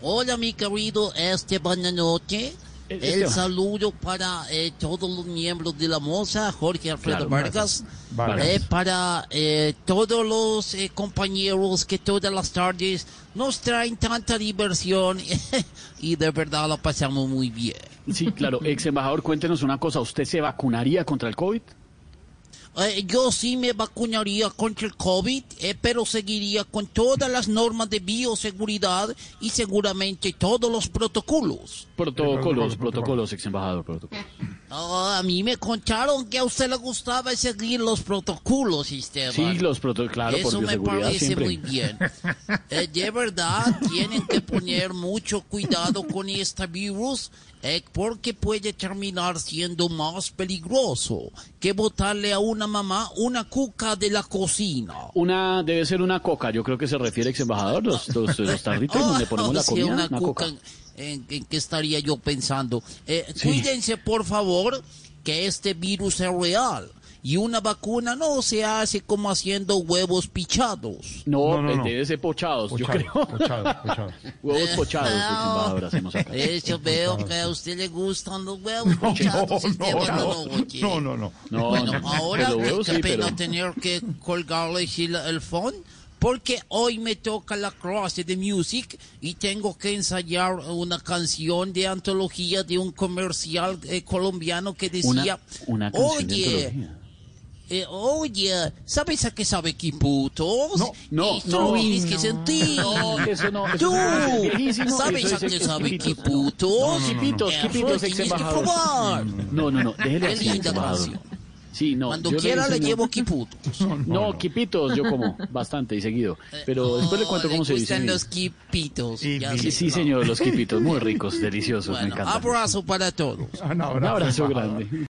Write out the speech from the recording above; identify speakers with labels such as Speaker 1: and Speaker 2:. Speaker 1: Hola, mi querido este buena noche. El
Speaker 2: Esteban.
Speaker 1: saludo para eh, todos los miembros de la moza, Jorge Alfredo
Speaker 2: Claro,
Speaker 1: Vargas,
Speaker 2: Vargas.
Speaker 1: eh, para eh, todos los eh, compañeros que todas las tardes nos traen tanta diversión y de verdad la pasamos muy bien.
Speaker 2: Sí, claro. Ex embajador, cuéntenos una cosa. ¿Usted se vacunaría contra el COVID?
Speaker 1: Eh, yo sí me vacunaría contra el COVID, eh, pero seguiría con todas las normas de bioseguridad y seguramente todos los protocolos.
Speaker 2: Protocolos, protocolos, ex embajador, protocolos.
Speaker 1: Ah, a mí me contaron que a usted le gustaba seguir los protocolos, Esteban.
Speaker 2: Sí, los protocolos, claro,
Speaker 1: Eso
Speaker 2: por
Speaker 1: me
Speaker 2: bioseguridad
Speaker 1: parece
Speaker 2: siempre.
Speaker 1: muy bien. Eh, de verdad, tienen que poner mucho cuidado con este virus eh, porque puede terminar siendo más peligroso que botarle a una mamá una cuca de la cocina.
Speaker 2: Una, debe ser una coca, yo creo que se refiere ex embajador, los, los, los tarritos donde
Speaker 1: Ah,
Speaker 2: ponemos la
Speaker 1: sí,
Speaker 2: comida,
Speaker 1: una
Speaker 2: una,
Speaker 1: cuca
Speaker 2: coca.
Speaker 1: en, en- en que estaría yo pensando. Eh, Cuídense, por favor, que este virus es real. Y una vacuna no se hace como haciendo huevos pichados.
Speaker 2: No,
Speaker 3: No, no,
Speaker 2: eh,
Speaker 3: no.
Speaker 2: debe ser pochados, Pues yo creo.
Speaker 3: pochado, pochado.
Speaker 2: Huevos pochados,
Speaker 1: Ah,
Speaker 2: ex embajador, hacemos acá.
Speaker 1: Eso veo que a usted le gustan los huevos pichados. este, bueno, no, oye.
Speaker 3: no, no, no.
Speaker 2: No,
Speaker 1: Bueno,
Speaker 2: no,
Speaker 1: ahora
Speaker 2: pero
Speaker 1: qué-
Speaker 2: huevos
Speaker 1: qué
Speaker 2: sí,
Speaker 1: pena
Speaker 2: pero...
Speaker 1: tener que colgarle sí la- el phone, porque hoy me toca la clase de music y tengo que ensayar una canción de antología de un comercial eh, colombiano que decía,
Speaker 2: Una, una canción de
Speaker 1: oye,
Speaker 2: antología.
Speaker 1: eh, oye, ¿sabes a qué sabe Quiputos?
Speaker 2: No, no,
Speaker 1: Esto
Speaker 2: no.
Speaker 1: lo tienes que sentir.
Speaker 2: No, eso no, eso
Speaker 1: Tú,
Speaker 2: es viejísimo,
Speaker 1: ¿sabes
Speaker 2: eso
Speaker 1: a
Speaker 2: es
Speaker 1: qué sabe
Speaker 2: exquipitos, no.
Speaker 1: Quiputos?
Speaker 2: Quipitos,
Speaker 1: Eh,
Speaker 2: quipitos,
Speaker 1: tienes que
Speaker 2: exembajador.
Speaker 1: probar.
Speaker 2: No, no, no, déjelo
Speaker 1: Qué
Speaker 2: así,
Speaker 1: linda
Speaker 2: embajador.
Speaker 1: canción.
Speaker 2: Sí, no,
Speaker 1: Cuando
Speaker 2: yo
Speaker 1: quiera le
Speaker 2: enseño-
Speaker 1: llevo Quiputos.
Speaker 2: No, quipitos yo como, bastante y seguido. Pero después le
Speaker 1: Oh,
Speaker 2: cuento cómo se dice.
Speaker 1: gustan
Speaker 2: bien.
Speaker 1: los quipitos.
Speaker 3: Y-
Speaker 1: ya
Speaker 3: y-
Speaker 1: sé.
Speaker 2: Sí, sí, señor, los quipitos, muy ricos, deliciosos, me
Speaker 1: Bueno,
Speaker 2: encantan.
Speaker 1: abrazo para todos.
Speaker 3: Un abrazo,
Speaker 2: Un abrazo
Speaker 3: embajador.
Speaker 2: grande.